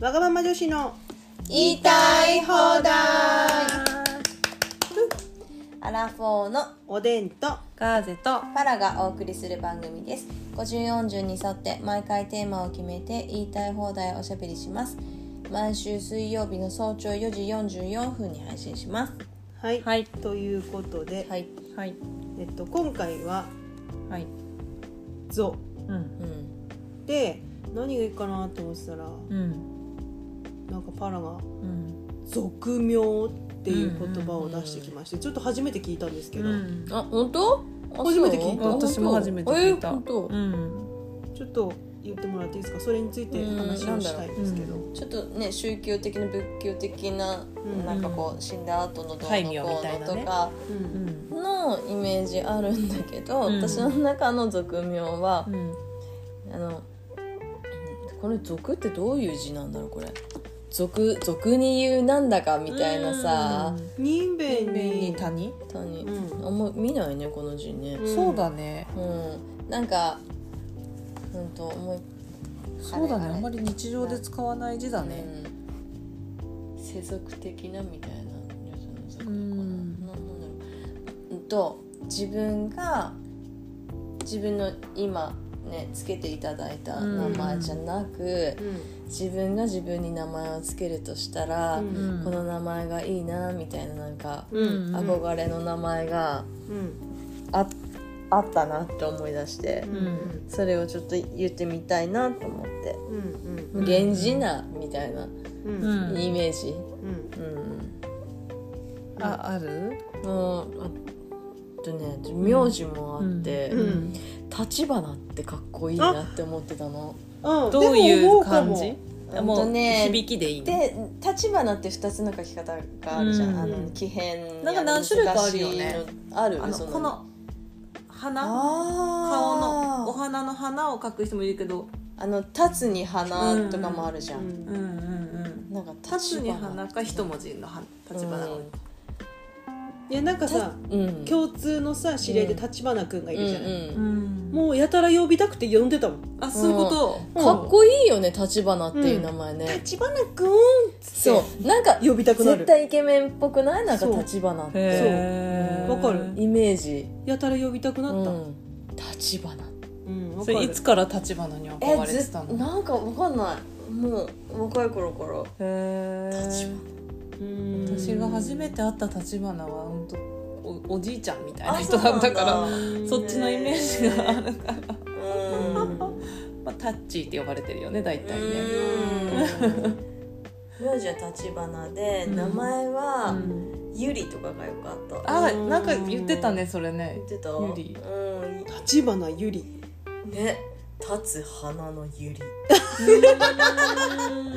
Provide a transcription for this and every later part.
わがまま女子の言いたい放題アラフォーのおでんとガーゼとパラがお送りする番組です50、40に沿って毎回テーマを決めて言いたい放題おしゃべりします毎週水曜日の早朝4時44分に配信しますはい、はいということで、はいはいえっと、今回ははい「ゾうんうん」で何がいいかなと思ってたらうんなんかパラがうん「俗名」っていう言葉を出してきまして、ちょっと初めて聞いたんですけど、うんあ本当あ初めて聞いたそう私も初めて聞いたえー本当うんちょっと言ってもらっていいですかそれについて話をしたいんですけど、うんちょっとね宗教的な仏教的な、うんなんかこう死んだ後のどうのこ戒名みたういのなとねかううんんのイメージあるんだけど、うん私の中の俗名はう、んあのこれ俗ってどういう字なんだろうこれ俗俗に言うなんだかみたいなさ、人弁にに谷本当にうんあんま見ないねこの字ねうんそうだねうん、なんかうんと思いそうだねあれあんまり日常で使わない字だねうん世俗的なみたいな要素の俗かな,、うんなんなんだろううんと自分が自分の今ねつけていただいた名前じゃなく、うん自分が自分に名前をつけるとしたら、うんうんこの名前がいいなみたいななんか、うん憧れの名前がうんああったなって思い出して、うんうんそれをちょっと言ってみたいなと思ってうん「源氏名」みたいなうんううんんイメージ、うんうんああるもうあとね名字もあって、うん立花ってかっこいいなって思ってたの。うんどういう感でじうんもほんとうね響きでいいので立花って2つの書き方があるじゃん、うんあの奇変なんか何種類かあるよねあるあのそこの花顔顔のお花の花を描く人もいるけどあの立つに花とかもあるじゃん、うんうんうんなんか立つに花か一も文字の花立花いやなんかさうん、うん、共通のさ知り合いで立花君がいるじゃない、うんんもうやたら呼びたくて呼んでたもんあそういうことうんかっこいいよね立花っていう名前ね、立花君っつってそうなんか呼びたくな絶る対イケメンっぽくないなんかそう立花っへーてわかるイメージやたら呼びたくなったうん立花うんわそかれるいつから立花にえ憧れてずたのなんかわかんないもう若い頃からへー立花うん私が初めて会った立花は本当おおじいちゃんみたいな人だったかあらうんそっちのイメージがあるから、うんまあ、タッチーって呼ばれてるよね大体ねうん名字は立花で、うん名前うはんゆりとかがよかったあなんか言ってたねそれね言ってたゆりう立花ゆりんね立つ花のゆり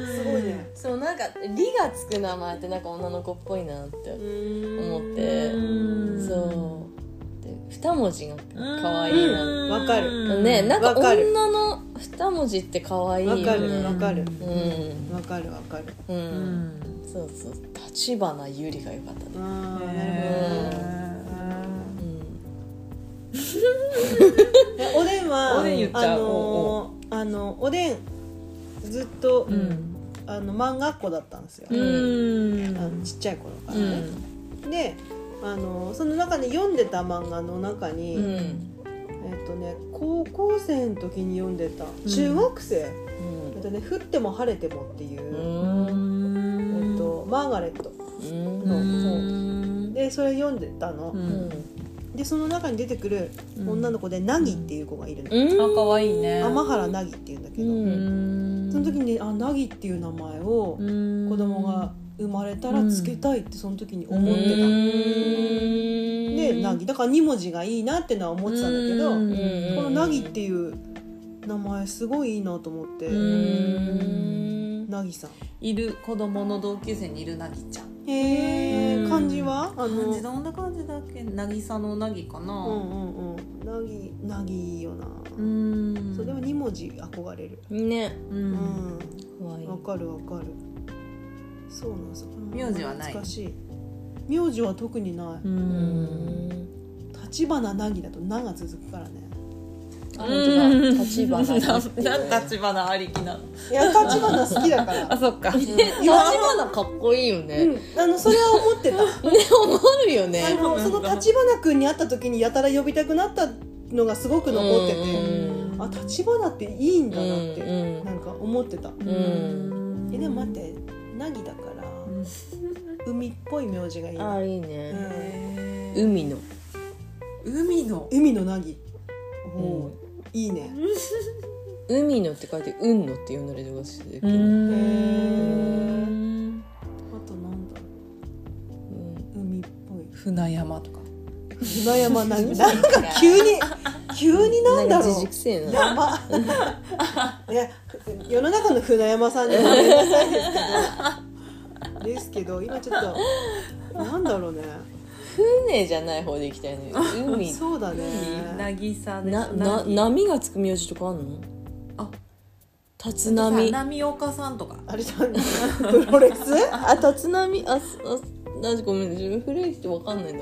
すごいねそうなんか「り」がつく名前ってなんか女の子っぽいなって思ってうんそうで二文字が可愛いなうんわかるねなんかわかる女の二文字って可愛いよわねかるわかるうんわかるわかるううんんそうそう立花ゆりがよかったねあーなるほどへうーんえおでんはおでん言っちゃうあのーおあのおでんずっと、うんあの漫画っ子だったんですよ、うんあのちっちゃい頃からうね、んであのその中で読んでた漫画の中に、うんえっとね高校生の時に読んでた中学生、えっとね「降っても晴れても」っていう、えっと、マーガレットうんのでそれ読んでたの、うんでその中に出てくる女の子で、ナギっていう子がいるの、うんあ可愛いね天原ナギっていうんだけど、うんその時にあナギっていう名前を子子供が生まれたらつけたいってその時に思っ持てた、うんでナギだから2文字がいいなってのは思ってたんだけど、うんこのナギっていう名前すごいいいなと思って、ううんナギさんいる子供の同級生にいるなぎちゃんへうえん漢字はあ漢の字どんな感じだっけなぎさのなぎかうなんうんうんナギナギいいよな、うんそうでも2文字憧れるねううんん可愛いわ、かるわかるそうなんですよこの名字はない懐かしい名字は特にないうんん立花ナギだと「な」が続くからねあ本当だ立花っていうなんなん立花ありきなのいや立花好きだからあそっか立花かっこいいよね、ねうん、あのそれは思って たあ思うよねのその立花君に会った時にやたら呼びたくなったのがすごく残ってて、うんあ立花っていいんだなって、うんうんなんか思ってた、んえでも待って凪だから、海っぽい名字がいいあなーいいうんね、海の海の海の凪おうおんいいね海のって書いて運のって呼んだりとかしてるけ うどうんへえんあとなんだ海っぽい 船山とか船山凪なんか 急に急になんだかろ自う軸性な山 いや世の中の船山さんにごめんなさいですけどですけど今ちょっとなんだろうね船じゃない方で行きたいのよ 海そうだね渚でなな波がつく名字とかあんのあ立浪波岡さんとかあれじゃんプロレスあ立浪あすあすなごめん自分古い人わかんないな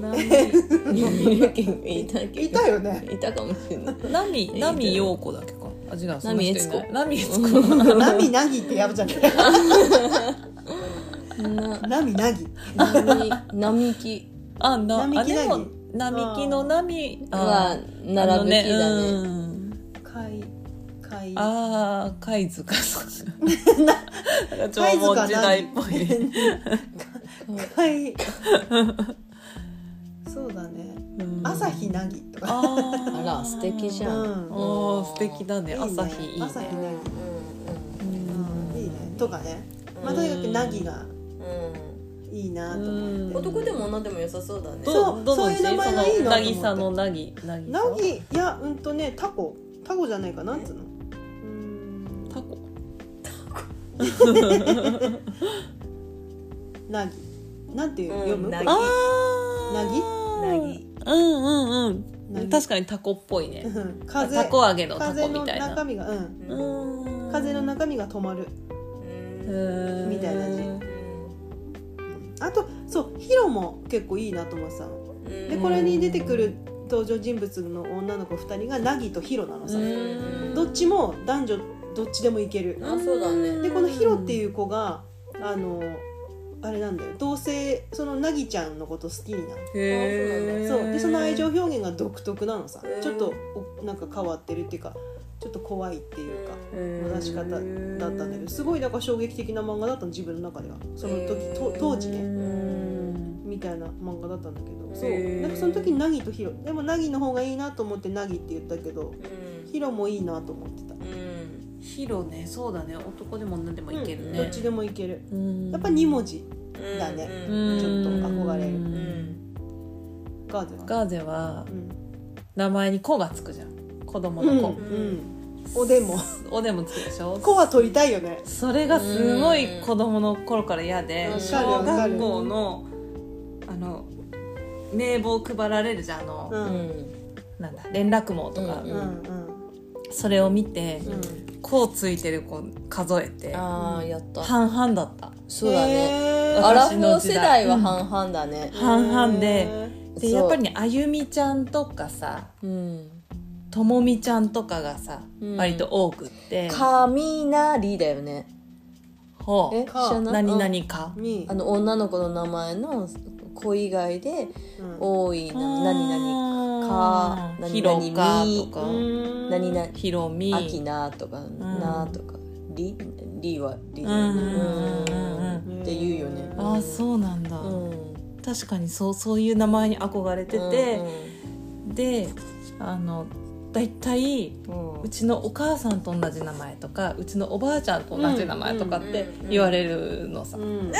波いるけどいたけどいたよねいたかもしれない波波陽子だっけかあ違うその人いない波悦子波なぎってやぶじゃねえな波なぎ波並木あな並木あでも何並木の波は並ぶ木だね海海あー貝塚さんなんか縄貝塚文何時代っぽい、海そうだねうん朝日なぎとかあーあら素敵じゃん、うんおー素敵だねいいね朝日いいね朝日うんうんうんいいねとかねうんまあとにかくなぎがうんいいなとう思ってん男でも女でも良さそうだねそうどどの字そういう名前がいいそなと思っての渚のなぎなぎなぎいやうんとねタコタコじゃないかなんつうのうんタコなぎなんていううん読むなぎこあーなぎうんうんれうんなぎ確かにタコっぽいねうん風タコ揚げのタ風コのみたい中な身がうんううんん風の中身が止まるうんうんみたいな字うんあとそうヒロも結構いいなと思ってさうんでこれに出てくる登場人物の女の子2人がナギとヒロなのさうんどっちも男女どっちでもいけるあそうだねでこのヒロっていう子があのあれなんだよ同性そのナギちゃんのこと好きになるへーそうでその愛情表現が独特なのさへーちょっとおなんか変わってるっていうかちょっと怖いっていうかへー出し方だったんだけどすごいなんか衝撃的な漫画だったの自分の中ではその時とへー当時ねうんみたいな漫画だったんだけどへそうーなんかその時にナギとヒロでもナギの方がいいなと思ってナギって言ったけどうんヒロもいいなと思ってた、うんヒロねそうだね男でも女でもいけるうんねどっちでもいけるうんやっぱ2文字うんだねうんちょっと憧れるううんんガーゼはガーゼはうん名前に「子」がつくじゃん子供うん、うのん、おでんも子、 おでもつくでしょ子は取りたいよねそれがすごい子供の頃から嫌でうん小学校のあの名簿を配られるじゃんあの、うんうんなんだ連絡網とか、ううんんそれを見てうん「子」ついてる子数えてああやった半々だったそうだねへーアラフ私ォのー時世代代は半々だね半々ででそうやっぱりねあゆみちゃんとかさうんともみちゃんとかがさ、うん割と多くって雷だよねほうえ知からない何々かにあの女の子の名前の子以外でうん多いな何々かう何々んみひろかとかうん何々ひろみ秋なとかなとかりりはりだよねうんうんうんうんって言うよねあーそうなんだ、うん確かにそうそういう名前に憧れててうん、であのだいたいうんうんうちのお母さんと同じ名前とかうちのおばあちゃんと同じ名前とかってうんうん言われるのさ、 うん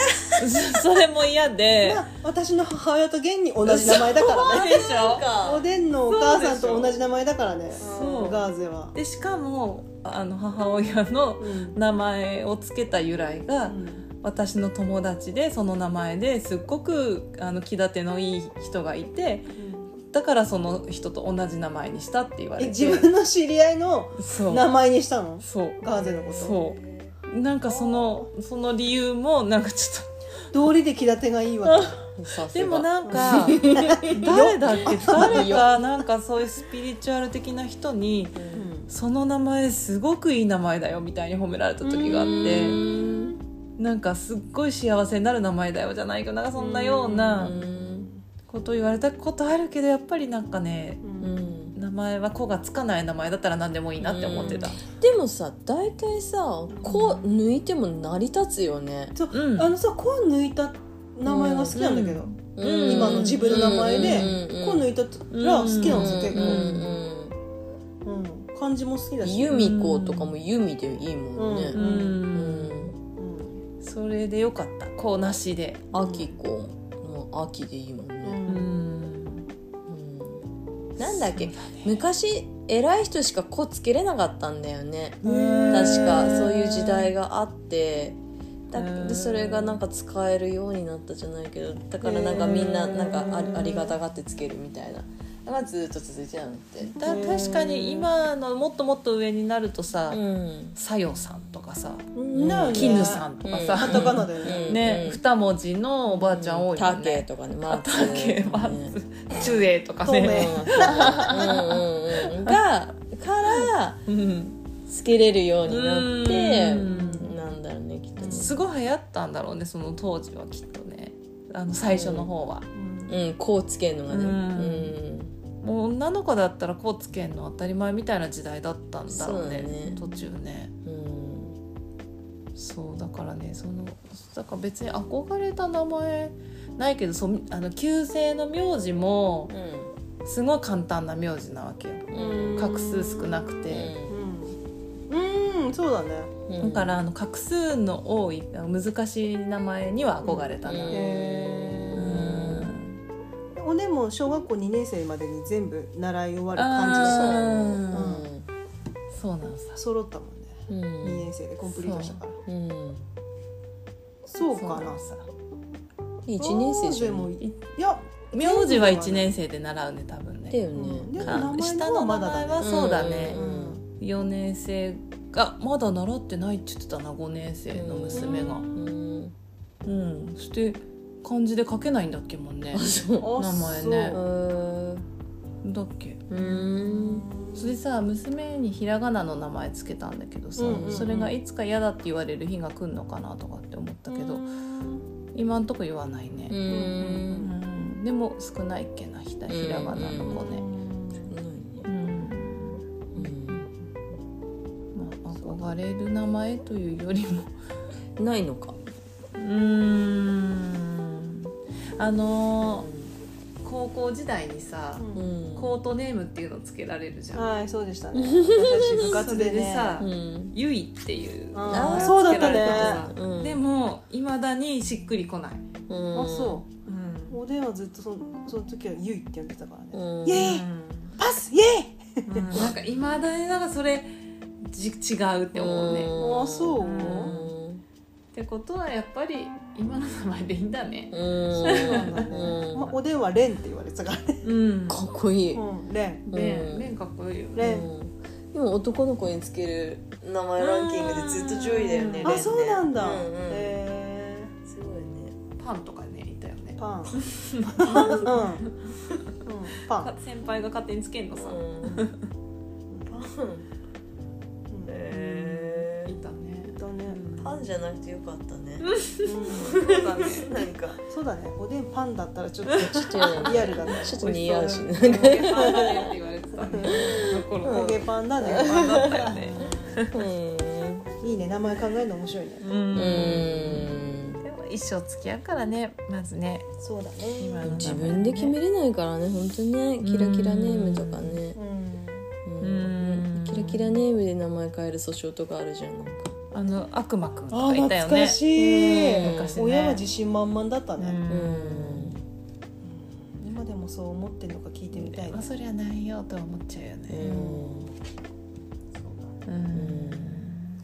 それも嫌でまあ私の母親と現に同じ名前だからねでしょおかでんのお母さんと同じ名前だからねそうガーゼはでしかもあの母親のうん名前をつけた由来が、うん私の友達でその名前ですっごくあの気立てのいい人がいてだからその人と同じ名前にしたって言わえれて自分の知り合いのそう名前にしたのそうガーゼのことそへうなんかそのその理由もなんかちょっ道理で気立てがいいわけさすがでもなんか 誰だっけ誰かなんかそういうスピリチュアル的な人にううんんその名前すごくいい名前だよみたいに褒められた時があってなんかすっごい幸せになる名前だよじゃないかなんかそんなよううなうんこと言われたことあるけどやっぱりなんかねうんうん名前は「子」がつかない名前だったら何でもいいなって思ってた。でもさ大体さこう抜いても成り立つよね、そう、うんあのさコーン抜いた名前が好きなんだけど、うん今の自分の名前でうんうんコーン抜いたら好きなんですよ結うん構、うんうん、漢字も好きうだんし由美子とかも由美でいいもんね、ううんうん、うんそれでよかった「子」なしで。あきこも秋でいいもんうね、うんんうん、なんだっけ昔偉い人しか「子」つけれなかったんだよねうん確かそういう時代があってだうんでそれがなんか使えるようになったじゃないけどだからなんかみんななんかありありがたがってつけるみたいなのがずっと続いてたのって。だ確かに今のもっともっと上になるとさうん「さよさん」とかさうんだよ「ねきぬさん」とかさ、カタカナだよねうんね、うん二文字のおばあちゃん多いもタんケね。とかね、マーあたツけ、まねず、つえとか透うんね。うんうんがからうんつけれるようになってうんなんだろうねきっと、すごい流行ったんだろうね、その当時はきっとね。あの最初の方は、うん、こうつけるのがね、ううんんもう女の子だったらこうつけんの当たり前みたいな時代だったんだろそうねうだね途中ねうんそうだからねそのだから別に憧れた名前ないけどそあの旧姓の名字もすごい簡単な名字なわけようん画数少なくて、うん、うん、そうだねうんだからあの画数の多い難しい名前には憧れたな、うんうんおでも小学校2年生までに全部習い終わる感じだかあらーうそうなんさ揃ったもんね2うん年生でコンプリートしたからうんそうかななんさ一年生じゃでんもいや名字は1年生で習うね多分だねよねでも名前の下方はのま名だだね前はそうだね、うん4年生がまだ習ってないって言ってたな5年生の娘がうんうん、そして漢字で書けないんだっけもんねあそう名前ねあそうだっけうんそれさ娘にひらがなの名前つけたんだけどさ、うんうんうんそれがいつか嫌だって言われる日が来るのかなとかって思ったけど、今んとこ言わないね、うんうんでも少ないっけなひらひらがなの子ね、うんまあ、憧れる名前というよりもないのかうーんあのー高校時代にさ、うんコートネームっていうのつけられるじゃん、はいそうでしたね私部活でそれでねさうんゆいっていうあーそうだったねつけられてさうんでもいまだにしっくりこない、、あそううんおでんはずっとそのその時はゆいって呼んでたからねうんイエーイパスイエーイうんなんかいまだになんかそれじ違うって思うね、っあそうううんてことはやっぱり今の名前でいいんだね、そうなんだねまあおでんはレンって言われてたからねうんかっこいいうんレンねうんねかっこいいよねレでも男の子につける名前ランキングでずっと上位だよねうレんンねあそうなんだうへんうんえすごいねパンとかねいたよねパンうんうんパンか先輩が勝手につけんのさ、うんパうんンへいーたねだねパンじゃなくてよかったねうんそうだねなんかそうだねおでんパンだったらちょっとちょっと嫌だねリアルだねちょっと似合うしねおげさんだねって言われてたねこの焦頃げパンだおげねさんだったよねうんいいね名前考えるの面白いねうんうんでも一生付き合うからねまずねそうだね今の名前ね自分で決めれないからね本当ねキラキラネームとかねうんうんうんキラキラネームで名前変える訴訟とかあるじゃんなんかあの悪魔くんあとかいたよ懐ねかしいうん昔ね親は自信満々だったうねん今でもそう思ってるのか聞いてみたいまあねそりゃないよとは思っちゃうようねんうん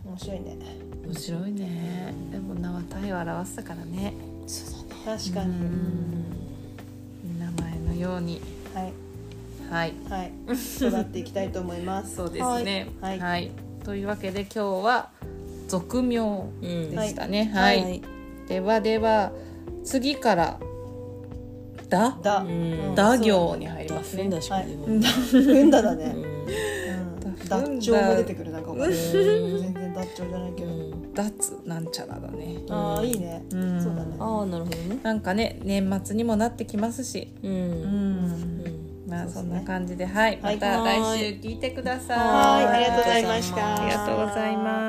面白いね面白いねでも名は体を表したからねそうだね確かにうん名前のようにはいはいはい育っていきたいと思いますそうですねははいい、というわけで今日は俗名うんでしたねはい、はいではでは次からだだうんだだ行に入ります踏んね。だしか出ないうんだ踏んだだうね、んうん、んダッチョウも出てくるなんかわかんないうん全然ダッチョウじゃないけど、うん脱なんちゃらだね。ああいいね、んそうだねああなるほどねなんかね年末にもなってきますし、ううんん、うんまあそそうですねんな感じで、はい、はまいた来週聞いてください。はいありがとうございましたありがとうございます。